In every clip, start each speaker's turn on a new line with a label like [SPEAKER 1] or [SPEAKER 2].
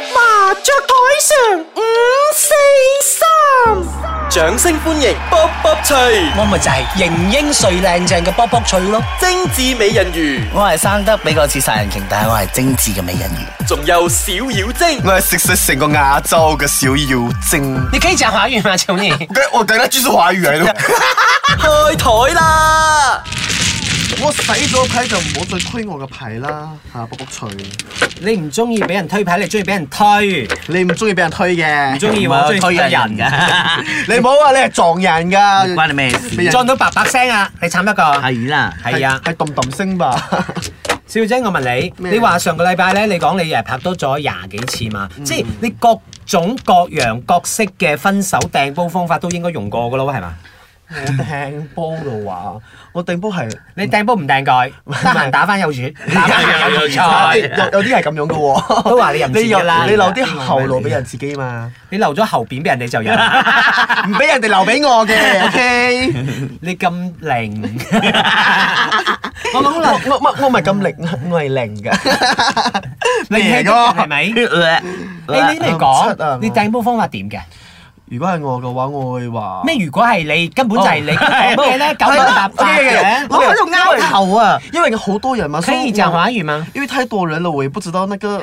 [SPEAKER 1] 雀台上五四三，掌聲歡迎卜卜脆，
[SPEAKER 2] 我咪就係型英帥靚正嘅卜卜脆咯。
[SPEAKER 1] 精緻美人魚，
[SPEAKER 2] 我係生得比較似殺人鯨，但係我係精緻嘅美人魚。
[SPEAKER 1] 仲有小妖精，
[SPEAKER 3] 我係食食成個亞洲嘅小妖精。
[SPEAKER 2] 你可以講華語嗎，求你？
[SPEAKER 3] 我等下繼續華語嚟咯。
[SPEAKER 1] 開台啦！
[SPEAKER 3] 我洗咗牌就唔好再推我嘅牌啦，嚇卜卜脆。
[SPEAKER 2] 你唔中意俾人推牌，你中意俾人推，
[SPEAKER 3] 你唔中意俾人推嘅，
[SPEAKER 2] 唔中意我中意推人噶，
[SPEAKER 3] 你唔好話你係撞人㗎，
[SPEAKER 2] 關你咩
[SPEAKER 3] 俾
[SPEAKER 2] 事？
[SPEAKER 3] 人
[SPEAKER 2] 撞到白白聲啊！你慘得過。係啦，係啊。
[SPEAKER 3] 係揼揼聲吧。
[SPEAKER 2] 小姐，我問你，
[SPEAKER 3] 咩
[SPEAKER 2] 你話上個禮拜咧，你講你誒拍多咗廿幾次嘛？即係你各種各樣各式嘅分手掟煲方法都應該用過噶咯，係嘛？
[SPEAKER 3] 我掟煲嘅話，我掟煲係。
[SPEAKER 2] 你掟煲唔掟 蓋，得閒打翻幼鼠，打翻幼
[SPEAKER 3] 有有啲係咁樣嘅喎，
[SPEAKER 2] 都話你人
[SPEAKER 3] 你
[SPEAKER 2] 賤
[SPEAKER 3] 留
[SPEAKER 2] 㗎啦
[SPEAKER 3] 你留啲後路俾人自己嘛，
[SPEAKER 2] 你留咗後邊俾人哋就有，
[SPEAKER 3] 唔俾人哋留俾 我嘅，OK？
[SPEAKER 2] 你咁靈，我諗啦，
[SPEAKER 3] 我我我唔係咁零，我係 零㗎。
[SPEAKER 2] 靈
[SPEAKER 3] 㗎
[SPEAKER 2] 係咪？ 你你嚟
[SPEAKER 3] 唔出啊
[SPEAKER 2] 講，你掟煲方法點嘅？
[SPEAKER 3] 如果係我嘅話，我會話
[SPEAKER 2] 咩？如果係你，根本就係你講哦咩咧？九九搭八嘅，
[SPEAKER 3] 我喺度拗
[SPEAKER 2] 頭啊！
[SPEAKER 3] 因為好多人嘛，
[SPEAKER 2] 可
[SPEAKER 3] 所
[SPEAKER 2] 以
[SPEAKER 3] 以
[SPEAKER 2] 講
[SPEAKER 3] 我
[SPEAKER 2] 華語嗎？
[SPEAKER 3] 因為太多人了，我也不知道那個，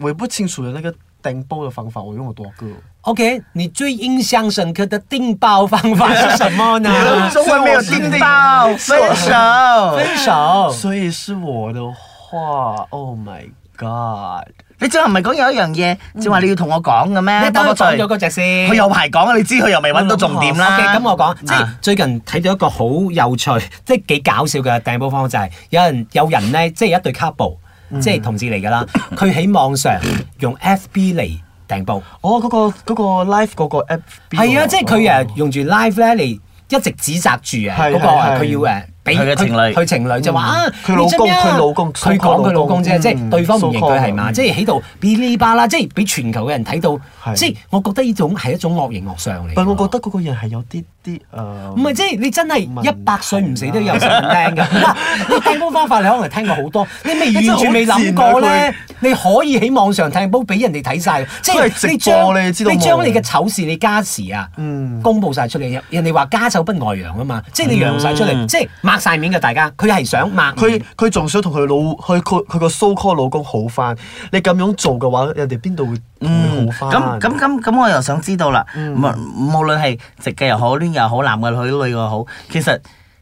[SPEAKER 3] 我也不清楚的那個掟煲的方法，我用了多個。？
[SPEAKER 2] OK，你最印象深刻的掟爆方法是什么 呢分
[SPEAKER 3] 中文沒有定爆分手，
[SPEAKER 2] 手。
[SPEAKER 3] 所以是我的話，Oh my God！
[SPEAKER 4] 你最後唔係講有一樣嘢，正話你要同我講嘅咩？
[SPEAKER 2] 你等
[SPEAKER 4] 多
[SPEAKER 2] 我
[SPEAKER 4] 嘴
[SPEAKER 2] 講咗嗰隻先。嗯
[SPEAKER 4] 佢有排講啊！你知佢又未揾到重點啦。
[SPEAKER 2] OK，咁我講，即係
[SPEAKER 4] 啊
[SPEAKER 2] 最近睇到一個好有趣，即係幾搞笑嘅掟煲方法就係、有人有人咧，即係一對 couple，即係同志嚟㗎啦，佢喺網上用 FB 嚟掟煲，
[SPEAKER 3] 哦，嗰個嗰個 live 嗰個 app 哦
[SPEAKER 2] 係啊，即係佢誒用住 live 咧嚟。一直指責住誒
[SPEAKER 3] 係
[SPEAKER 2] 嗰個
[SPEAKER 3] 係係
[SPEAKER 2] 佢要誒俾
[SPEAKER 4] 佢嘅情侶
[SPEAKER 2] 佢情侶就話啊，
[SPEAKER 3] 佢老公
[SPEAKER 2] 你做咩啊
[SPEAKER 3] 佢老公
[SPEAKER 2] 佢講佢老公啫，
[SPEAKER 3] 嗯
[SPEAKER 2] 即係對方唔認佢係
[SPEAKER 3] so-called，
[SPEAKER 2] 嘛，
[SPEAKER 3] 嗯
[SPEAKER 2] 即係喺度噼哩啪啦，即係俾全球嘅人睇到，
[SPEAKER 3] 係
[SPEAKER 2] 即係我覺得呢種係一種惡形惡相嚟㗎。
[SPEAKER 3] 但我覺得嗰個人係有啲啲呃誒，
[SPEAKER 2] 唔係，即係你真係
[SPEAKER 3] 問
[SPEAKER 2] 一百歲唔死都有神 聽㗎。嗱，你掟煲方法你可能聽過好多，你未完全未諗過
[SPEAKER 3] 啊
[SPEAKER 2] 咧，你可以喺網上掟煲俾人哋睇晒。即
[SPEAKER 3] 佢係直
[SPEAKER 2] 係你
[SPEAKER 3] 播
[SPEAKER 2] 將
[SPEAKER 3] 你知道冇
[SPEAKER 2] 你將你嘅醜事、你家事啊
[SPEAKER 3] 嗯，
[SPEAKER 2] 公佈晒出嚟。人哋話家醜不外揚啊嘛，即係你揚晒出嚟，即係擘晒面嘅大家，佢係想擘面。
[SPEAKER 3] 嗯佢佢仲想同佢老佢佢佢個 so call 老公好翻，你咁樣做嘅話，人哋邊度會同
[SPEAKER 4] 嗯
[SPEAKER 3] 佢好翻？
[SPEAKER 4] 咁咁咁咁，我又想知道啦。無無論係直嘅又好，攣又好，男嘅女女又好，其實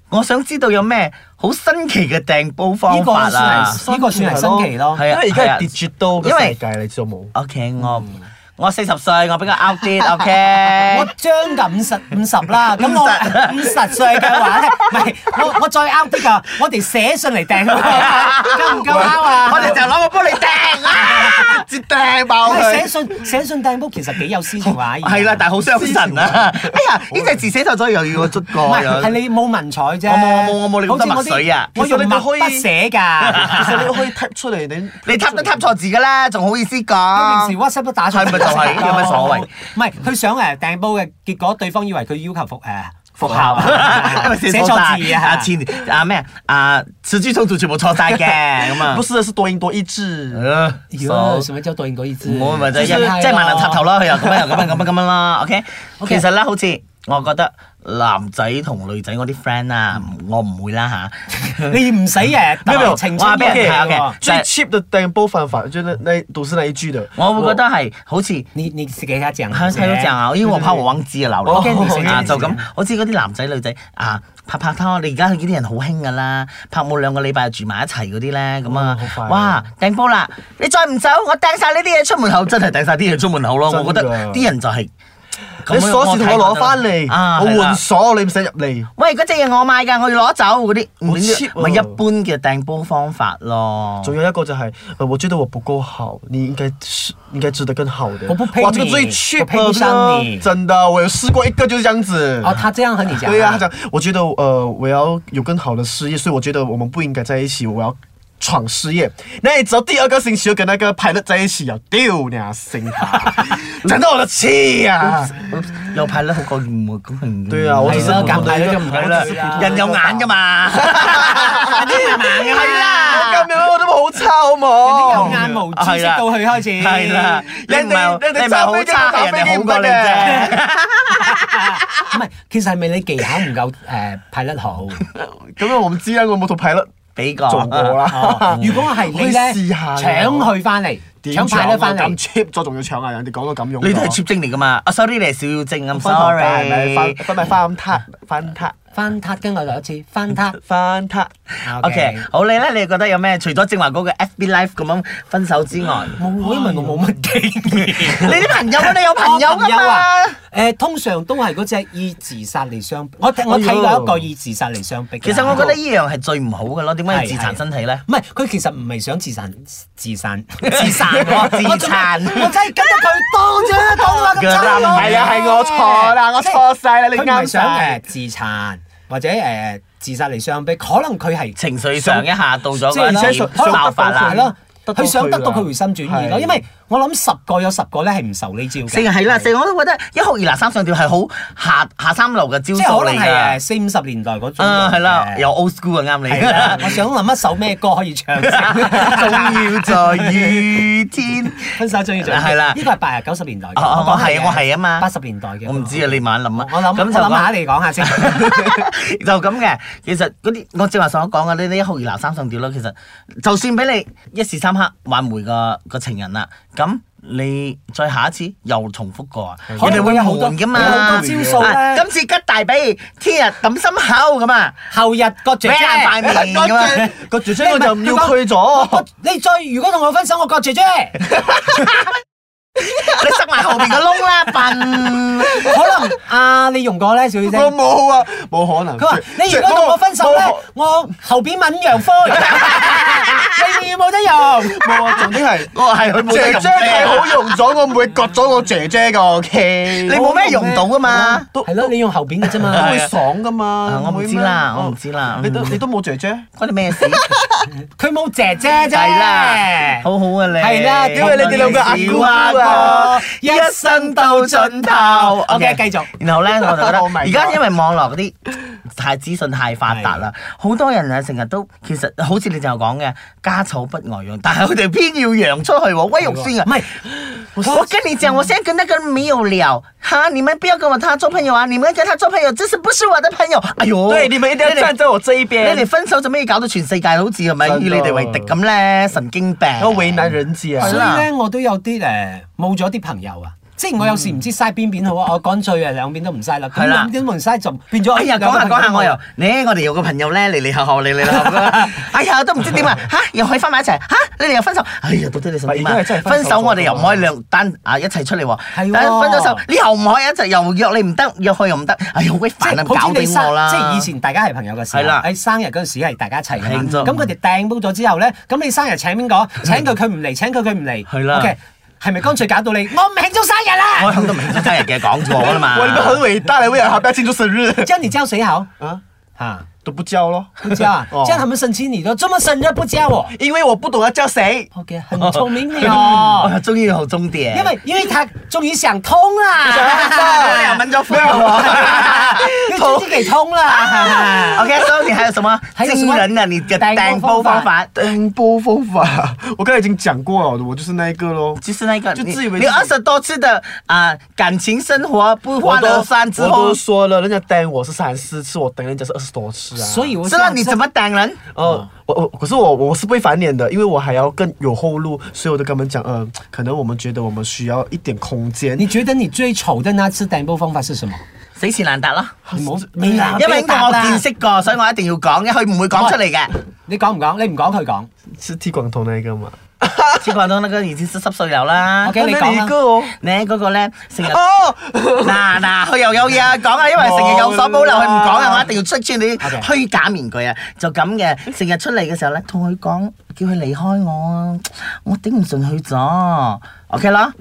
[SPEAKER 4] 我想知道有咩好新奇嘅掟煲
[SPEAKER 2] 呢
[SPEAKER 4] 方
[SPEAKER 2] 個
[SPEAKER 4] 法
[SPEAKER 2] 算
[SPEAKER 4] 啊
[SPEAKER 2] 係呢個算係新奇咯。
[SPEAKER 4] 係
[SPEAKER 3] 因
[SPEAKER 4] 啊
[SPEAKER 3] 為而家
[SPEAKER 4] 係啊
[SPEAKER 3] 係 digital
[SPEAKER 4] 因
[SPEAKER 3] 嘅
[SPEAKER 4] 為
[SPEAKER 3] 世界，你知道冇？
[SPEAKER 4] ？OK，我我四十歲，我比較 out 啲。OK
[SPEAKER 2] 我。將就五十五十 啦，咁我五十歲嘅話咧，唔係我我再 out 啲㗎，我哋寫信嚟訂 啊，夠唔夠 out 啊？
[SPEAKER 4] 我哋就攞個煲嚟掟啊！
[SPEAKER 3] 直掟爆
[SPEAKER 2] 喂寫！信寫信訂 book 其實幾有啊詩情畫意，
[SPEAKER 4] 哦係啦，但係好傷神啊！哎呀，呢隻字寫錯咗又要我捽
[SPEAKER 2] 唔
[SPEAKER 4] 過。
[SPEAKER 2] 係
[SPEAKER 4] 又要
[SPEAKER 2] 係你冇文采啫，
[SPEAKER 4] 我冇我冇我冇你咁多墨水啊
[SPEAKER 2] 好似我啲我用墨筆寫㗎，
[SPEAKER 3] 其實你可以 type 出嚟，你
[SPEAKER 4] 你
[SPEAKER 3] 出
[SPEAKER 4] 揼
[SPEAKER 3] 嚟
[SPEAKER 4] 都揼錯字㗎啦，仲好意思
[SPEAKER 2] 佢
[SPEAKER 4] 講
[SPEAKER 2] 平時？WhatsApp 都打上嚟
[SPEAKER 4] 啊係咪就係有乜所謂
[SPEAKER 2] 唔係佢想誒訂 book 嘅，結果對方以為佢要求復誒。
[SPEAKER 4] 復校， 因為
[SPEAKER 2] 寫
[SPEAKER 4] 寫錯
[SPEAKER 2] 錯
[SPEAKER 4] 字
[SPEAKER 2] 字
[SPEAKER 4] 啊！
[SPEAKER 2] 啊！
[SPEAKER 4] 前啊咩啊，詞句衝突全部錯晒嘅
[SPEAKER 2] 嗯
[SPEAKER 4] 咁啊
[SPEAKER 3] 不！是是多音多義字，
[SPEAKER 4] 呃
[SPEAKER 2] 哟，什麼叫對應嗰意思？
[SPEAKER 4] 我咪就係一即
[SPEAKER 2] 真係
[SPEAKER 4] 係萬能插頭
[SPEAKER 2] 咯
[SPEAKER 4] 啦，佢又咁樣又咁樣咁樣咁樣啦，OK。
[SPEAKER 2] OK
[SPEAKER 4] 其實咧，好似我覺得男仔同女仔我啲 friend 啊，我唔會啦吓。
[SPEAKER 2] 你唔 使誒特情
[SPEAKER 4] 我話俾人
[SPEAKER 2] 嘅
[SPEAKER 4] 睇嘅。
[SPEAKER 3] 啊最
[SPEAKER 4] 但
[SPEAKER 3] cheap 的掟煲犯法，就那那都是那一句
[SPEAKER 2] 哦
[SPEAKER 3] 的。
[SPEAKER 4] 我會覺得係好似。
[SPEAKER 2] 你你自己下講，
[SPEAKER 4] 香西都正啊，因為我怕我揾知啊，
[SPEAKER 3] 哦
[SPEAKER 4] 流
[SPEAKER 3] 我
[SPEAKER 4] 你
[SPEAKER 3] 驚
[SPEAKER 4] 啊，
[SPEAKER 3] 你
[SPEAKER 4] 就
[SPEAKER 3] 死
[SPEAKER 4] 咁。好似嗰啲男仔女仔啊，拍拍拖，你而家呢啲人好興噶啦，拍冇兩個禮拜就住埋一齊嗰啲咧，咁啊
[SPEAKER 3] 哦好快，
[SPEAKER 4] 哇，掟波啦！你再唔走，我掟晒呢啲嘢出門口，真係掟晒啲嘢出門口咯。
[SPEAKER 3] 真㗎
[SPEAKER 4] 我覺得啲人就係咁樣
[SPEAKER 3] 你鎖匙同我攞翻嚟，
[SPEAKER 4] 啊，係
[SPEAKER 3] 我
[SPEAKER 4] 啦
[SPEAKER 3] 換鎖，你唔使入嚟。
[SPEAKER 2] 哦
[SPEAKER 4] 喂，嗰隻嘢我買㗎，我要攞走嗰啲，
[SPEAKER 3] 好 cheap 啊喎
[SPEAKER 4] 咪一般嘅掟波方法咯。
[SPEAKER 3] 仲有一個就係、呃我覺得我不夠好，你應該是應該值得更好的。
[SPEAKER 2] 我不配
[SPEAKER 3] 哇，這個
[SPEAKER 2] 你
[SPEAKER 3] 最
[SPEAKER 2] 我
[SPEAKER 3] cheap
[SPEAKER 2] 配不
[SPEAKER 3] 的
[SPEAKER 2] 上你
[SPEAKER 3] 真的，真的，我有試過一個就是這樣子。
[SPEAKER 2] 哦，他這樣和你講，
[SPEAKER 4] 啊
[SPEAKER 3] 对呀、他講，我覺得呃，我要有更好的事業，所以我覺得我們不應該在一起，我要闯事业。那你只要第二个星期就跟那个 pilot 在一起了，丢你啊心 吧！讲到我的气啊呀、
[SPEAKER 4] 有派得好過唔咁係
[SPEAKER 3] 對啊我
[SPEAKER 2] 係啦，夾埋都唔緊啦，
[SPEAKER 4] 人有眼噶嘛，啊
[SPEAKER 3] 係啦，咁樣我都冇好差好
[SPEAKER 2] 有
[SPEAKER 3] 冇？
[SPEAKER 2] 眼無知，識到佢開始，
[SPEAKER 4] 係啦，你
[SPEAKER 3] 你
[SPEAKER 4] 唔係
[SPEAKER 3] 哋
[SPEAKER 4] 你
[SPEAKER 3] 你
[SPEAKER 4] 唔係
[SPEAKER 3] 哋揸飛
[SPEAKER 4] 好
[SPEAKER 3] 機
[SPEAKER 4] 差，
[SPEAKER 3] 打
[SPEAKER 4] 人
[SPEAKER 3] 飛
[SPEAKER 4] 哋
[SPEAKER 3] 機
[SPEAKER 4] 好
[SPEAKER 3] 唔
[SPEAKER 4] 過
[SPEAKER 3] 得
[SPEAKER 4] 你啫。
[SPEAKER 3] 嘅，
[SPEAKER 2] 唔係，其實係咪你技巧唔夠誒派得好？
[SPEAKER 3] 咁啊樣我唔知啦，我冇同 pilot
[SPEAKER 4] 俾個
[SPEAKER 3] 做過啦
[SPEAKER 2] 哦。如果我係你
[SPEAKER 3] 可以
[SPEAKER 2] 咧，
[SPEAKER 3] 試下㗎
[SPEAKER 2] 搶佢翻嚟，
[SPEAKER 3] 點
[SPEAKER 2] 搶啊派得翻
[SPEAKER 3] 搶翻
[SPEAKER 2] 嚟
[SPEAKER 3] 咁。cheap 咗仲要搶啊！人哋講到咁用咗，
[SPEAKER 4] 你都係切精嚟噶嘛？啊，sorry，你係小 À, 妖精，I'm
[SPEAKER 3] 翻頭架係咪
[SPEAKER 4] sorry。
[SPEAKER 3] 翻翻咪翻塔翻塔
[SPEAKER 2] 翻塔，跟我讀一次翻塔。
[SPEAKER 3] 翻塔？
[SPEAKER 4] OK，好你咧，你覺得有咩？除咗正話嗰個 FB Life 咁樣分手之外，
[SPEAKER 2] 冇，因為 我冇乜經 驗。
[SPEAKER 4] 你啲朋友佢哋有 朋友噶嘛？
[SPEAKER 2] 啊！誒，通常都係嗰只以自殺嚟相逼。我睇我睇過一個以自殺嚟相逼嘅。
[SPEAKER 4] 其實我覺得呢樣係最唔好嘅咯，點解要
[SPEAKER 3] E
[SPEAKER 2] 係
[SPEAKER 4] 自殘身體咧？
[SPEAKER 2] 唔係，佢其實唔係想自殺，自殺，自 殺
[SPEAKER 3] 哦
[SPEAKER 4] 我自殘
[SPEAKER 2] 我真係跟得佢多啫，講話咁
[SPEAKER 4] 腳
[SPEAKER 2] 差
[SPEAKER 4] 啱
[SPEAKER 2] 我
[SPEAKER 3] 係啊，係我錯啦，我錯晒啦，你
[SPEAKER 2] 佢唔係
[SPEAKER 3] 啱
[SPEAKER 2] 想
[SPEAKER 3] 晒
[SPEAKER 2] 誒。自殘或者誒自殺嚟相逼，可能佢係
[SPEAKER 4] 情緒上一下到咗
[SPEAKER 2] 即係
[SPEAKER 4] 嗰
[SPEAKER 2] 想
[SPEAKER 4] 陣時，
[SPEAKER 3] 想
[SPEAKER 4] 爆發啦
[SPEAKER 2] 係。咯，
[SPEAKER 3] 得到
[SPEAKER 2] 佢
[SPEAKER 3] 佢啦
[SPEAKER 2] 想
[SPEAKER 4] à?
[SPEAKER 2] 得到佢回心轉意咯。
[SPEAKER 3] 係
[SPEAKER 2] 因為我諗十個有十個咧係唔受呢招嘅。
[SPEAKER 4] 成日係啦，成日我都覺得一哭二鬧三上吊係好下下三流嘅招
[SPEAKER 2] 即係
[SPEAKER 4] 數
[SPEAKER 2] 可
[SPEAKER 4] 嚟
[SPEAKER 2] 能係誒
[SPEAKER 4] 㗎。
[SPEAKER 2] 四五十年代嗰種。
[SPEAKER 4] 啊，係啦，有 old school 啊，啱你。
[SPEAKER 2] 係啦，我想諗一首咩歌可 以唱先。
[SPEAKER 4] 總要在雨天。
[SPEAKER 2] 分手最要做
[SPEAKER 4] 係啦
[SPEAKER 2] 呢個係八九十年代嘅。
[SPEAKER 4] 哦哦
[SPEAKER 2] 講
[SPEAKER 4] 我係我係啊嘛
[SPEAKER 2] 八十年代嘅。
[SPEAKER 4] 我唔知啊，你慢慢諗啊。
[SPEAKER 2] 我諗，
[SPEAKER 4] 咁
[SPEAKER 2] 我
[SPEAKER 4] 就
[SPEAKER 2] 諗
[SPEAKER 4] 講
[SPEAKER 2] 下你講 下先。
[SPEAKER 4] 就咁嘅，其實嗰啲我正話所講嘅呢啲一哭二鬧三上吊啦，其實就算俾你一時三刻挽回個個情人啦，咁你再下一次又重複過啊，人
[SPEAKER 2] 可能
[SPEAKER 4] 哋
[SPEAKER 2] 會
[SPEAKER 4] 會
[SPEAKER 2] 有好多
[SPEAKER 4] 悶噶嘛，
[SPEAKER 2] 好多招數咧
[SPEAKER 4] 啊今次吉大髀，聽日揼心口咁啊，
[SPEAKER 2] 後日個姐
[SPEAKER 4] 俾人 塊
[SPEAKER 2] 姐。
[SPEAKER 4] 面咁啊，
[SPEAKER 3] 個姐姐我就唔要佢
[SPEAKER 2] 我
[SPEAKER 3] 咗，
[SPEAKER 2] 你再如果同我分手，我割姐姐，
[SPEAKER 4] 你塞埋後邊個窿啦，笨！
[SPEAKER 2] 可能啊，你用過咧，小姐。
[SPEAKER 3] 我冇啊，冇可能。
[SPEAKER 2] 佢話：你如果同我分手咧，我後邊吻楊 灰，你冇得用。
[SPEAKER 3] 冇啊，重點係。
[SPEAKER 4] 我係佢冇得
[SPEAKER 3] 姐
[SPEAKER 4] 啊
[SPEAKER 3] 姐
[SPEAKER 4] 用
[SPEAKER 3] 係
[SPEAKER 4] 啫
[SPEAKER 3] 好用咗，我唔會割咗我姐姐噶，OK？
[SPEAKER 4] 你冇咩用到噶嘛？
[SPEAKER 3] 都
[SPEAKER 2] 係啊咯，你用後邊嘅啫
[SPEAKER 3] 都
[SPEAKER 2] 嘛
[SPEAKER 3] 會。爽噶嘛
[SPEAKER 4] 啊？我唔
[SPEAKER 3] 會咩
[SPEAKER 4] 知啦我唔知啦
[SPEAKER 3] 你都
[SPEAKER 4] 嗯
[SPEAKER 3] 你都冇姐姐，
[SPEAKER 4] 關你咩事？
[SPEAKER 2] 佢冇姐姐啫。
[SPEAKER 4] 係啦，好好啊你。
[SPEAKER 2] 係啦，
[SPEAKER 3] 因為你哋兩個阿姑
[SPEAKER 4] 啊
[SPEAKER 3] 啊
[SPEAKER 2] 一生到盡 頭。OK，繼續。
[SPEAKER 4] 然後咧，我就 覺得
[SPEAKER 3] Oh my
[SPEAKER 4] 而
[SPEAKER 3] God
[SPEAKER 4] 家因為網絡嗰啲太資訊太發達啦，好多人啊成日都其實好似你就講嘅家醜不外揚，但係佢哋偏要揚出去喎，威肉酸啊！
[SPEAKER 2] 唔係，
[SPEAKER 4] 我跟你講，我現在跟那個人沒有聊，哈！你們不要跟我他做朋友啊！你們跟他做朋友，這是不是我的朋友？哎呦，哋
[SPEAKER 3] 在我這一
[SPEAKER 4] 你哋分手做咩要搞到全世界好似係咪
[SPEAKER 3] 真㗎
[SPEAKER 4] 以你哋為敵咁咧？神經病！
[SPEAKER 3] 我為難人知啊
[SPEAKER 4] 係
[SPEAKER 2] 所
[SPEAKER 4] 啦！
[SPEAKER 2] 以咧我都有啲誒冇咗啲朋友啊。即係我有時唔知嘥邊邊好啊，我乾脆誒兩邊都唔嘥啦。咁
[SPEAKER 4] 係啦
[SPEAKER 2] 兩邊都唔嘥就變咗。
[SPEAKER 4] 哎呀，講下講
[SPEAKER 2] 啊
[SPEAKER 4] 下我又，呢我哋有個朋友咧嚟嚟合合嚟嚟 合合，哎呀都唔知點啊嚇，又可以翻埋一齊嚇，你哋又分手，哎呀到底你想點
[SPEAKER 3] 咪
[SPEAKER 4] 啊
[SPEAKER 3] 而家係真？係
[SPEAKER 4] 分
[SPEAKER 3] 分手
[SPEAKER 4] 手我哋
[SPEAKER 3] 咗
[SPEAKER 4] 又唔可以兩單啊一齊出嚟喎，
[SPEAKER 2] 係喎
[SPEAKER 4] 但係分咗手你又唔可以一齊，又約你唔得，約去又唔得，哎呀好鬼
[SPEAKER 2] 即
[SPEAKER 4] 煩啊，
[SPEAKER 2] 好
[SPEAKER 4] 搞
[SPEAKER 2] 似你
[SPEAKER 4] 掂我啦！
[SPEAKER 2] 生即係以前大家係朋友嘅時候，
[SPEAKER 4] 係啦
[SPEAKER 2] 喺生日嗰陣時係大家一齊嘅嘛
[SPEAKER 4] 慶祝
[SPEAKER 2] 咁佢哋掟煲咗之後咧，咁你生日請邊 個？請佢佢唔嚟，請佢佢唔嚟。
[SPEAKER 4] 係啦
[SPEAKER 2] OK，係咪乾脆搞到你？我唔慶祝生日啦！
[SPEAKER 4] 哎我響都唔慶祝生日嘅講過啦嘛
[SPEAKER 3] 我，你們很偉大的，為了他不要慶祝生日
[SPEAKER 2] 叫你叫誰好？
[SPEAKER 3] 啊，
[SPEAKER 2] 啊，
[SPEAKER 3] 都不叫咯，，
[SPEAKER 2] 不叫啊
[SPEAKER 3] 哦
[SPEAKER 2] 叫他们生氣你都這麼生日不叫我
[SPEAKER 3] 因為我不懂要叫誰。
[SPEAKER 2] ？OK，很聰明你
[SPEAKER 4] 我
[SPEAKER 2] 哦，
[SPEAKER 4] 終於好終點，
[SPEAKER 2] 因為因為他終於想通
[SPEAKER 4] 又
[SPEAKER 2] 啦，
[SPEAKER 4] 問咗款我。
[SPEAKER 2] 你終於給通啦。
[SPEAKER 4] OK，所以你還有什麼
[SPEAKER 2] 還有什
[SPEAKER 4] 驚
[SPEAKER 2] 麼
[SPEAKER 4] 人啊？你嘅
[SPEAKER 2] 掟
[SPEAKER 4] 掟煲
[SPEAKER 2] 煲
[SPEAKER 4] 方
[SPEAKER 2] 方
[SPEAKER 4] 法？
[SPEAKER 3] 登波方法，我剛才已經講過了，我就是那一個咯。
[SPEAKER 4] 就是那个，
[SPEAKER 3] 就
[SPEAKER 4] 你
[SPEAKER 3] 自以为
[SPEAKER 4] 你
[SPEAKER 3] 自己
[SPEAKER 4] 二十多次的啊、感情生活不
[SPEAKER 3] 我
[SPEAKER 4] 欢
[SPEAKER 3] 都
[SPEAKER 4] 而散之
[SPEAKER 3] 我
[SPEAKER 4] 后
[SPEAKER 3] 都，说了，人家盯我是三四次，我盯人家是二十多次啊。
[SPEAKER 2] 所以我
[SPEAKER 4] 知道你怎麼等人？
[SPEAKER 3] 哦，我我可是我我是不会翻脸的，因为我还要更有后路，所以我就跟他们讲，呃，可能我们觉得我们需要一点空间
[SPEAKER 2] 你。覺得你最醜的那次掟煲方法是什麼？
[SPEAKER 4] 死纏爛打啦！
[SPEAKER 2] 你冇
[SPEAKER 3] 哎
[SPEAKER 2] 你嗯啦，
[SPEAKER 4] 因為呢個我見
[SPEAKER 2] 見
[SPEAKER 4] 識過，所以我一定要講嘅，佢唔會講出嚟嘅。
[SPEAKER 2] 你講唔講？你唔講佢講。
[SPEAKER 3] 是剃光头那一个嘛？
[SPEAKER 4] 切怪到那個已經濕濕碎流 啦。
[SPEAKER 2] OK，你
[SPEAKER 3] 那你一
[SPEAKER 2] 講啦。
[SPEAKER 3] 個哦。
[SPEAKER 4] 你嗰個咧成 日
[SPEAKER 3] 哦，
[SPEAKER 4] 嗱嗱，佢又有嘢講啊，因為成日有所保留，佢唔講啊，我一定要出穿你啲
[SPEAKER 2] OK
[SPEAKER 4] 虛假面具啊，就咁嘅。成日出嚟嘅時候咧，同佢講叫佢離開我啊，我頂唔順佢咗。OK 啦。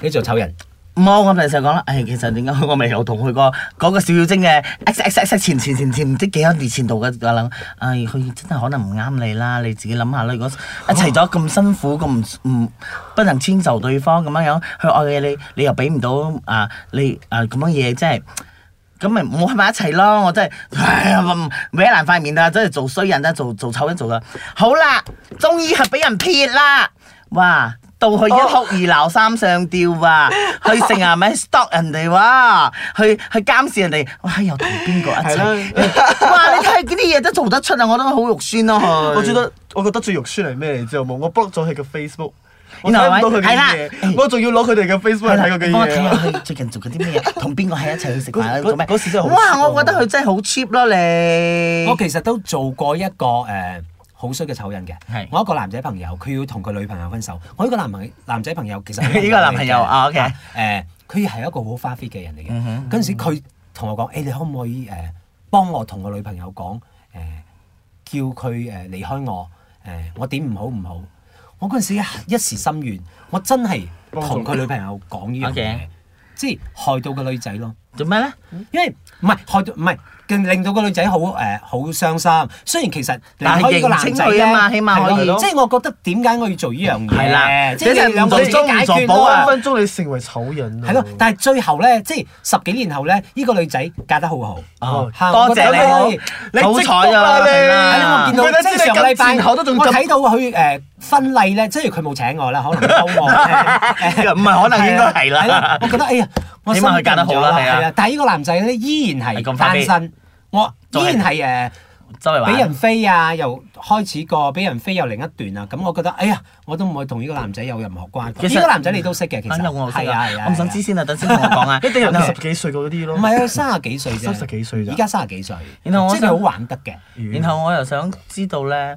[SPEAKER 2] 你做醜人，
[SPEAKER 4] 冇，我哋就講啦，誒，其實點解我未有同佢個嗰個小妖精嘅 X X X 前前前前唔知幾多年前度嘅我諗，唉，佢真係可能唔啱你啦，你自己諗下啦。如果一齊咗咁辛苦，咁唔唔不能遷就對方咁樣樣，佢愛嘅你，你又俾唔到啊，你啊咁樣嘢，真係。咁咪唔好喺埋一齊咯！我真係，唉呀，唔搲爛塊面啊！真係做衰人啦，做做醜人做噶。好啦，終於係俾人撇啦！哇，到佢一哭二鬧三上吊 啊！佢成日咪 stalk 人哋喎，去去監視人哋。哇，又同邊個一齊？
[SPEAKER 3] 係
[SPEAKER 4] 哇！
[SPEAKER 3] 啦
[SPEAKER 4] 你睇佢啲嘢都做得出啊！我覺得好肉酸咯、佢
[SPEAKER 3] 我覺得我覺得最肉酸係咩你知道冇？我 block 咗佢嘅 Facebook，我睇
[SPEAKER 4] 原
[SPEAKER 3] 唔
[SPEAKER 4] 來
[SPEAKER 3] 到佢
[SPEAKER 4] 係啦
[SPEAKER 3] 嘅嘢，我仲要攞佢哋嘅 Facebook 嚟睇佢嘅
[SPEAKER 4] 幫我睇下
[SPEAKER 3] 嘢。啊
[SPEAKER 4] 佢最近做緊啲咩嘢，同邊個喺一齊去食飯
[SPEAKER 3] 嗰
[SPEAKER 4] 做咩？
[SPEAKER 3] 嗰嗰時真係好
[SPEAKER 4] 哇！
[SPEAKER 3] cheap
[SPEAKER 4] 我覺得佢真係好 cheap 咯， 你。
[SPEAKER 2] 我其實都做過一個誒好衰嘅醜人嘅
[SPEAKER 4] 係。
[SPEAKER 2] 我一個男仔朋友，佢要同佢女朋友分手。我呢個男朋男仔朋友其實係
[SPEAKER 4] 呢個男朋友啊，OK
[SPEAKER 2] 誒，佢係一個好花飛嘅人嚟
[SPEAKER 4] 嗯哼
[SPEAKER 2] 嘅。嗰陣時佢同我講：，誒，你可唔可以誒幫我同我女朋友講誒，叫佢誒離開我誒，我點唔好唔好？我嗰陣時一一時心軟，我真係同佢女朋友講呢樣嘢
[SPEAKER 4] OK，
[SPEAKER 2] 即係害到個女仔咯。
[SPEAKER 4] 做咩咧？
[SPEAKER 2] 因為唔係害到唔係更令到個女仔好誒好傷心。雖然其實
[SPEAKER 4] 但係
[SPEAKER 2] 離開呢個
[SPEAKER 4] 認
[SPEAKER 2] 男
[SPEAKER 4] 清
[SPEAKER 2] 仔
[SPEAKER 4] 佢啊嘛
[SPEAKER 2] 咧
[SPEAKER 4] 起碼可以
[SPEAKER 2] 係咯即係我覺得點解我要做呢樣嘢？
[SPEAKER 4] 係啦
[SPEAKER 2] 即係你兩個自
[SPEAKER 4] 即係唔
[SPEAKER 2] 己
[SPEAKER 4] 做
[SPEAKER 2] 解
[SPEAKER 4] 中唔
[SPEAKER 2] 決
[SPEAKER 4] 做保啊
[SPEAKER 2] 咯。
[SPEAKER 3] 分鐘你成為醜人啊
[SPEAKER 2] 係咯，
[SPEAKER 4] 嗯
[SPEAKER 2] 但係最後咧，即係十幾年後咧，呢個女仔嫁得好好。
[SPEAKER 3] 哦
[SPEAKER 2] 嚇
[SPEAKER 4] 多
[SPEAKER 2] 我覺
[SPEAKER 4] 謝
[SPEAKER 2] 得
[SPEAKER 4] 你
[SPEAKER 2] 哎
[SPEAKER 4] 你好彩
[SPEAKER 3] 積谷
[SPEAKER 4] 啊
[SPEAKER 3] 啊你
[SPEAKER 4] 係
[SPEAKER 2] 係啦，我
[SPEAKER 4] 啦
[SPEAKER 2] 見
[SPEAKER 3] 佢
[SPEAKER 2] 到即
[SPEAKER 3] 都知
[SPEAKER 2] 係上
[SPEAKER 3] 你咁
[SPEAKER 2] 禮拜
[SPEAKER 3] 前後都仲
[SPEAKER 2] 我
[SPEAKER 3] 咁
[SPEAKER 2] 睇到佢誒婚禮咧，即係佢冇請我啦， 可能都我誒
[SPEAKER 4] 唔係可能啊應該係啦
[SPEAKER 2] 係我覺得哎 呀，我
[SPEAKER 4] 起
[SPEAKER 2] 心
[SPEAKER 4] 碼佢嫁得好
[SPEAKER 2] 動
[SPEAKER 4] 啦
[SPEAKER 2] 咗
[SPEAKER 4] 係啊
[SPEAKER 2] 係啊，但係呢個男仔咧依然
[SPEAKER 4] 係咁
[SPEAKER 2] 係
[SPEAKER 4] 花臂
[SPEAKER 2] 單身，我
[SPEAKER 4] 仲
[SPEAKER 2] 依
[SPEAKER 4] 係
[SPEAKER 2] 然係
[SPEAKER 4] 周圍
[SPEAKER 2] 誒
[SPEAKER 4] 玩
[SPEAKER 2] 俾人飛啊，又開始過俾人飛又另一段啊，咁我覺得哎呀，我都唔會同呢個男仔有任何關
[SPEAKER 4] 其
[SPEAKER 2] 係。
[SPEAKER 4] 實
[SPEAKER 2] 呢個男仔你都識嘅，其實
[SPEAKER 4] 啊有我識
[SPEAKER 2] 係啊
[SPEAKER 4] 啊
[SPEAKER 2] 係啊，
[SPEAKER 4] 我唔想知
[SPEAKER 2] 係啊
[SPEAKER 4] 先啊，等先同我 講啊。
[SPEAKER 3] 一定有
[SPEAKER 4] 然後
[SPEAKER 3] 十幾歲嗰啲咯。
[SPEAKER 2] 唔係啊，三十幾歲啫，
[SPEAKER 3] 三十幾歲咋
[SPEAKER 2] 而家三十幾歲，即
[SPEAKER 4] 然後我
[SPEAKER 2] 係佢
[SPEAKER 4] 想
[SPEAKER 2] 好玩得嘅。
[SPEAKER 3] 咦，
[SPEAKER 4] 然後我又想知道咧，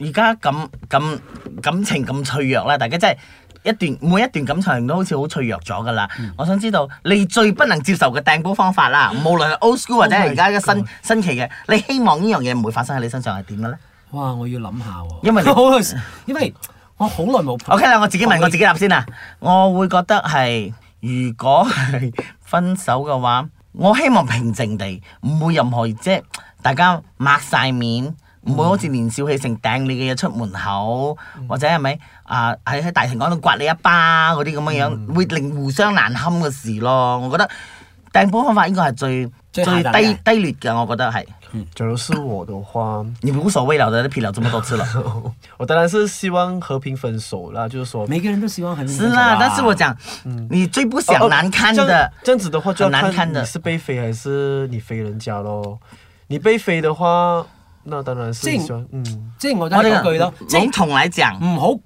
[SPEAKER 4] 而家咁咁感情咁脆弱啦，大家真係。一段每一段感情都好似好脆弱咗噶啦，
[SPEAKER 2] 嗯
[SPEAKER 4] 我想知道你最不能接受嘅掟煲方 法啦，無論係 old school 或者係而家嘅
[SPEAKER 2] Oh
[SPEAKER 4] 新、新奇嘅，你希望呢樣嘢唔會發生喺你身上係點嘅咧
[SPEAKER 2] 哇！我要諗下喎，
[SPEAKER 4] 因 為你
[SPEAKER 2] 我因為我好耐冇
[SPEAKER 4] ？OK 啦，我自己問我自己答先啦，啊我會覺得係如果係分手嘅話，我希望平靜地，唔會任何即係大家抹晒面，唔
[SPEAKER 2] 嗯
[SPEAKER 4] 會好似年少氣盛掟你嘅嘢出門口，或者係咪啊喺喺大庭廣度刮你一巴嗰啲咁樣樣，
[SPEAKER 2] 嗯
[SPEAKER 4] 會令互相難堪嘅事咯。我覺得掟煲方法應該係最
[SPEAKER 2] 最下等嘅
[SPEAKER 4] 低低劣嘅，我覺得係。
[SPEAKER 3] 假如是我的話，
[SPEAKER 4] 你無所謂了的，皮了這麼多次了。
[SPEAKER 3] 我當然是希望和平分手啦，就是說。
[SPEAKER 2] 每個人都希望很
[SPEAKER 4] 是啦，但
[SPEAKER 2] 啊
[SPEAKER 4] 是我講，你最不想難堪
[SPEAKER 3] 哦
[SPEAKER 4] 的，
[SPEAKER 3] 这樣，这樣子的話就要
[SPEAKER 4] 很難看
[SPEAKER 3] 看
[SPEAKER 4] 的
[SPEAKER 3] 你是被飛還是你飛人家咯。你被飛的話，那當然是
[SPEAKER 2] 即係
[SPEAKER 3] 你喜歡嗯，
[SPEAKER 2] 即係我都
[SPEAKER 4] 我
[SPEAKER 2] 係
[SPEAKER 4] 哋
[SPEAKER 2] 嗰句咯，即
[SPEAKER 4] 籠
[SPEAKER 2] 係嗯
[SPEAKER 4] 統嚟講，
[SPEAKER 2] 唔好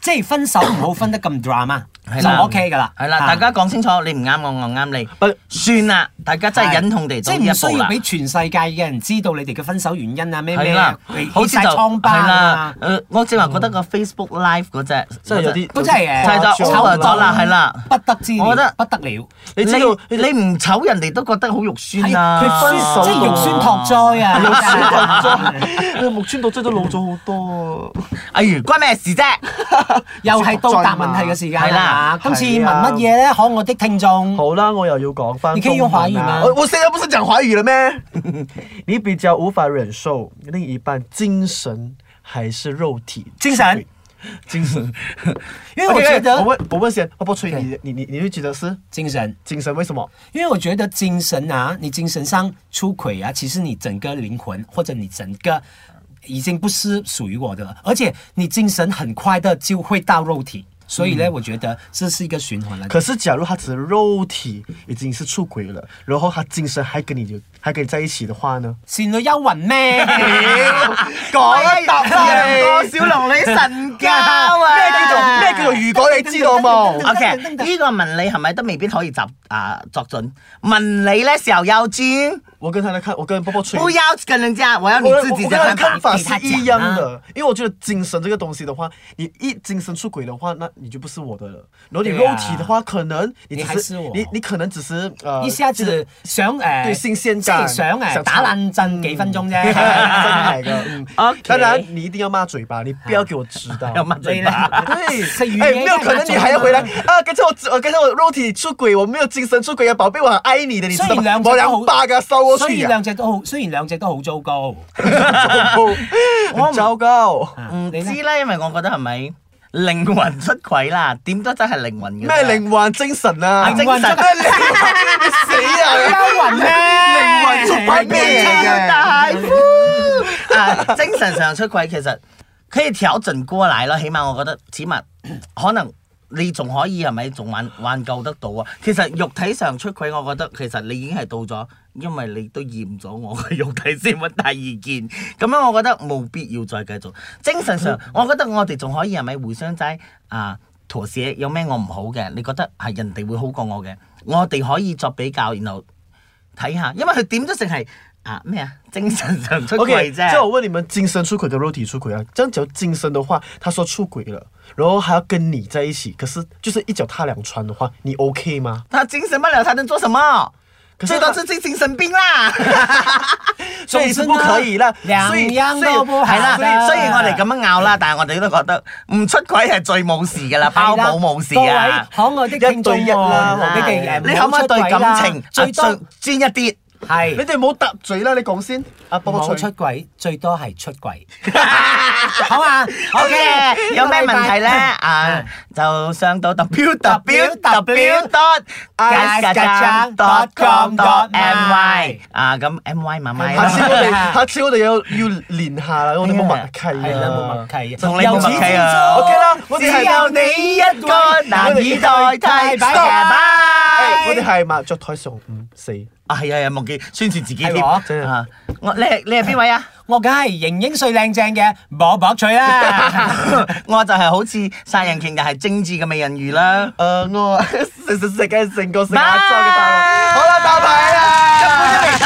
[SPEAKER 2] 即係分手唔好分得咁 drama，
[SPEAKER 4] 係
[SPEAKER 2] 就
[SPEAKER 4] 啦
[SPEAKER 2] OK 㗎啦。啊
[SPEAKER 4] 係啦，
[SPEAKER 2] 嚇
[SPEAKER 4] 大家講清楚，你唔啱我，我啱
[SPEAKER 3] 不
[SPEAKER 4] 你，算啦，大家真係
[SPEAKER 2] 係
[SPEAKER 4] 忍痛地
[SPEAKER 2] 即
[SPEAKER 4] 到
[SPEAKER 2] 係
[SPEAKER 4] 呢
[SPEAKER 2] 唔
[SPEAKER 4] 一步
[SPEAKER 2] 需
[SPEAKER 4] 啦
[SPEAKER 2] 要。俾全世界嘅人知道你哋嘅分手原因啊咩
[SPEAKER 4] 係
[SPEAKER 2] 咩
[SPEAKER 4] 啦
[SPEAKER 2] 啊，，
[SPEAKER 4] 好似
[SPEAKER 2] 晒
[SPEAKER 4] 就
[SPEAKER 2] 瘡疤
[SPEAKER 4] 係啦
[SPEAKER 2] 啊。。
[SPEAKER 4] 誒，我正話覺得個 Facebook Live 嗰只
[SPEAKER 3] 真係有啲
[SPEAKER 2] 嗰真係誒
[SPEAKER 4] 就係就
[SPEAKER 2] 醜
[SPEAKER 4] over
[SPEAKER 2] 啊
[SPEAKER 4] 咗啦，係啦。
[SPEAKER 2] 不得之了，
[SPEAKER 4] 我覺得
[SPEAKER 2] 不得了，
[SPEAKER 4] 你
[SPEAKER 3] 你知道
[SPEAKER 4] 你唔醜人哋都覺得好肉酸啊！
[SPEAKER 2] 係
[SPEAKER 3] 分手
[SPEAKER 2] 即係肉酸托災啊！肉酸托災，
[SPEAKER 3] 誒木村拓哉都老咗好多啊。
[SPEAKER 4] 哎呀，關咩事啫？
[SPEAKER 2] 又係到答問題嘅時間
[SPEAKER 4] 係啦
[SPEAKER 2] 啦。今次問
[SPEAKER 3] 係啊
[SPEAKER 2] 乜嘢咧？可愛的聽眾。
[SPEAKER 3] 好啦，我又要講翻。
[SPEAKER 2] 嗯你可以用華語嗎
[SPEAKER 3] 啊我我現在不是講華語了 咩？你比較無法忍受另一半精神還是肉體？
[SPEAKER 2] 精神，
[SPEAKER 3] 精神。
[SPEAKER 2] 因為我覺得
[SPEAKER 3] OK，OK，我問我問先，哦我不吹你你你你會覺得是
[SPEAKER 2] 精神，
[SPEAKER 3] 精神？為什麼？
[SPEAKER 2] 因為我覺得精神啊，你精神上出軌啊，其實你整個靈魂或者你整個已經不是屬於我的了，而且你精神很快的就会到肉體，所以呢，我覺得這是一個循環來的。
[SPEAKER 3] 嗯可是，假如他只是肉體已經是出軌了，然後他精神還跟你有還跟你在一起的話呢？
[SPEAKER 2] 善女幽魂咩？
[SPEAKER 3] 講
[SPEAKER 4] 一答啦你小龍女 神交啊
[SPEAKER 3] 咩叫做咩叫做？如果你知道 冇？
[SPEAKER 4] O K，呢個文理係咪都未必可以集啊作準？文理咧時候幼稚，
[SPEAKER 3] 我跟他的看，我跟波波吹。
[SPEAKER 4] 不要跟人家，我要你
[SPEAKER 3] 我
[SPEAKER 4] 自己的
[SPEAKER 3] 我跟他的
[SPEAKER 4] 看
[SPEAKER 3] 看
[SPEAKER 4] 法
[SPEAKER 3] 法
[SPEAKER 4] 给他讲
[SPEAKER 3] 是
[SPEAKER 4] 啊
[SPEAKER 3] 一样的，因为我觉得精神这个东西的话，你一精神出轨的话，那你就不是我的了。然后你肉
[SPEAKER 2] 对啊
[SPEAKER 3] 体的话，可能你
[SPEAKER 2] 你
[SPEAKER 3] 只
[SPEAKER 2] 还
[SPEAKER 3] 是
[SPEAKER 2] 是我
[SPEAKER 3] 你你可能只是呃
[SPEAKER 2] 一下
[SPEAKER 3] 就是
[SPEAKER 2] 子想誒，
[SPEAKER 3] 對新鮮
[SPEAKER 2] 即
[SPEAKER 3] 感
[SPEAKER 2] 係想誒
[SPEAKER 3] 想嗯
[SPEAKER 2] 打冷震幾分鐘
[SPEAKER 3] 真
[SPEAKER 2] 啫。
[SPEAKER 3] 係噶，嗯
[SPEAKER 4] OK
[SPEAKER 3] 当然你一定要骂嘴巴，你不要给我知道。
[SPEAKER 4] 要骂 嘴巴
[SPEAKER 3] 对，
[SPEAKER 2] 食魚
[SPEAKER 4] 啊
[SPEAKER 3] 哎
[SPEAKER 2] 嘢
[SPEAKER 3] 没有
[SPEAKER 2] 梗係
[SPEAKER 3] 可
[SPEAKER 2] 罵
[SPEAKER 3] 能，你
[SPEAKER 2] 嘴
[SPEAKER 3] 还要
[SPEAKER 2] 巴
[SPEAKER 3] 回来啊！刚才我只我刚才我肉体出轨，我没有精神出轨啊，宝贝，我很爱你的，你知
[SPEAKER 2] 雖
[SPEAKER 3] 道
[SPEAKER 2] 然兩？
[SPEAKER 3] 吗
[SPEAKER 2] 隻
[SPEAKER 3] 我
[SPEAKER 2] 都
[SPEAKER 3] 两
[SPEAKER 2] 好
[SPEAKER 3] 巴给他收过
[SPEAKER 2] 雖
[SPEAKER 3] 去
[SPEAKER 2] 然
[SPEAKER 3] 啊！
[SPEAKER 2] 兩隻都好，雖然兩隻都好糟糕。
[SPEAKER 3] 我糟糕，
[SPEAKER 2] 啊
[SPEAKER 4] 唔
[SPEAKER 2] 你呢
[SPEAKER 4] 知啦，因為我覺得係咪靈魂出軌啦？點都真係靈魂嘅。
[SPEAKER 3] 咩？靈魂精神啊？
[SPEAKER 2] 靈魂出
[SPEAKER 3] 咩靈魂你死啊！
[SPEAKER 2] 幽魂
[SPEAKER 3] 靈
[SPEAKER 2] 咧
[SPEAKER 3] 魂出軌咩 嘅？
[SPEAKER 4] 大夫啊，精神上出軌其實可以調整過嚟咯，起碼我覺得，起碼可能。你仲可以係咪仲挽挽救得到啊？其實肉體上出軌，我覺得其實你已經係到咗，因為你都驗咗我嘅肉體先揾第意見。咁樣我覺得冇必要再繼續。精神上，我覺得我哋仲可以係咪互相齋啊妥協？有咩我唔好嘅，你覺得係人哋會好過我嘅，我哋可以作比較，然後睇下，因為佢點都淨係啊咩啊精神上出
[SPEAKER 3] OK，
[SPEAKER 4] 軌
[SPEAKER 3] 这样
[SPEAKER 4] 啫。
[SPEAKER 3] 我问你们，精神出轨跟肉体出轨啊？这样讲精神的话，他说出轨了，然后还要跟你在一起，可是就是一脚踏两船的话，你 OK 吗？
[SPEAKER 4] 他精神不了，他能做什麼？
[SPEAKER 3] 可是
[SPEAKER 4] 最
[SPEAKER 3] 他
[SPEAKER 4] 多是精精神病啦。
[SPEAKER 3] 所以是不可以啦，
[SPEAKER 2] 兩
[SPEAKER 3] 所以
[SPEAKER 2] 樣
[SPEAKER 3] 所以
[SPEAKER 2] 啊都不
[SPEAKER 4] 係啦，
[SPEAKER 2] 行
[SPEAKER 4] 所以雖然我哋咁樣拗啦，但係我哋都覺得唔出軌係最冇事㗎啦，包保冇事啊。
[SPEAKER 2] 各位可愛的聽眾
[SPEAKER 3] 一對一啦
[SPEAKER 2] 們你哋誒
[SPEAKER 4] 你可唔可以對感情
[SPEAKER 2] 最多
[SPEAKER 4] 啊專一啲？
[SPEAKER 2] 係
[SPEAKER 3] 你哋唔好搭嘴啦，你講先。阿波
[SPEAKER 2] 唔好
[SPEAKER 3] 波
[SPEAKER 2] 出
[SPEAKER 3] 吹，
[SPEAKER 2] 軌，最多係出 軌，好嘛
[SPEAKER 4] 好嘅，
[SPEAKER 2] OK，
[SPEAKER 4] 有咩
[SPEAKER 2] 呢個禮
[SPEAKER 4] 問
[SPEAKER 2] 拜
[SPEAKER 4] 題咧？啊，就上到 www dot
[SPEAKER 2] dot
[SPEAKER 4] com
[SPEAKER 2] com
[SPEAKER 4] dot
[SPEAKER 2] dot my
[SPEAKER 4] my 啊，咁 my 媽媽
[SPEAKER 3] 下次我
[SPEAKER 4] 啦，
[SPEAKER 3] 哋下次我哋要要練下啦，我哋冇默契啊，
[SPEAKER 2] 哎係啦，冇默契啊，
[SPEAKER 4] 同你冇默契啊
[SPEAKER 2] 由始
[SPEAKER 3] OK
[SPEAKER 2] 至終
[SPEAKER 3] 啦，我
[SPEAKER 4] 只
[SPEAKER 3] 哋係
[SPEAKER 4] 有你一個難以代
[SPEAKER 2] 拜
[SPEAKER 4] 替，
[SPEAKER 2] 拜
[SPEAKER 3] 哎我
[SPEAKER 4] 拜
[SPEAKER 3] 哋係麻雀台上五四，
[SPEAKER 2] 哎
[SPEAKER 4] 啊，係啊，係啊忘記宣傳自己添
[SPEAKER 2] 係我
[SPEAKER 3] 真係
[SPEAKER 4] 啊！我你係你係邊位啊？
[SPEAKER 2] 我梗係型英帥靚正嘅博博脆 啦。
[SPEAKER 4] 我就係好似殺人鯨，但係精緻嘅美人魚啦。
[SPEAKER 3] 誒我食食食嘅成個食亞洲嘅大佬，
[SPEAKER 4] Bye
[SPEAKER 3] 好啦，打牌啦，一杯一零。
[SPEAKER 4] 啊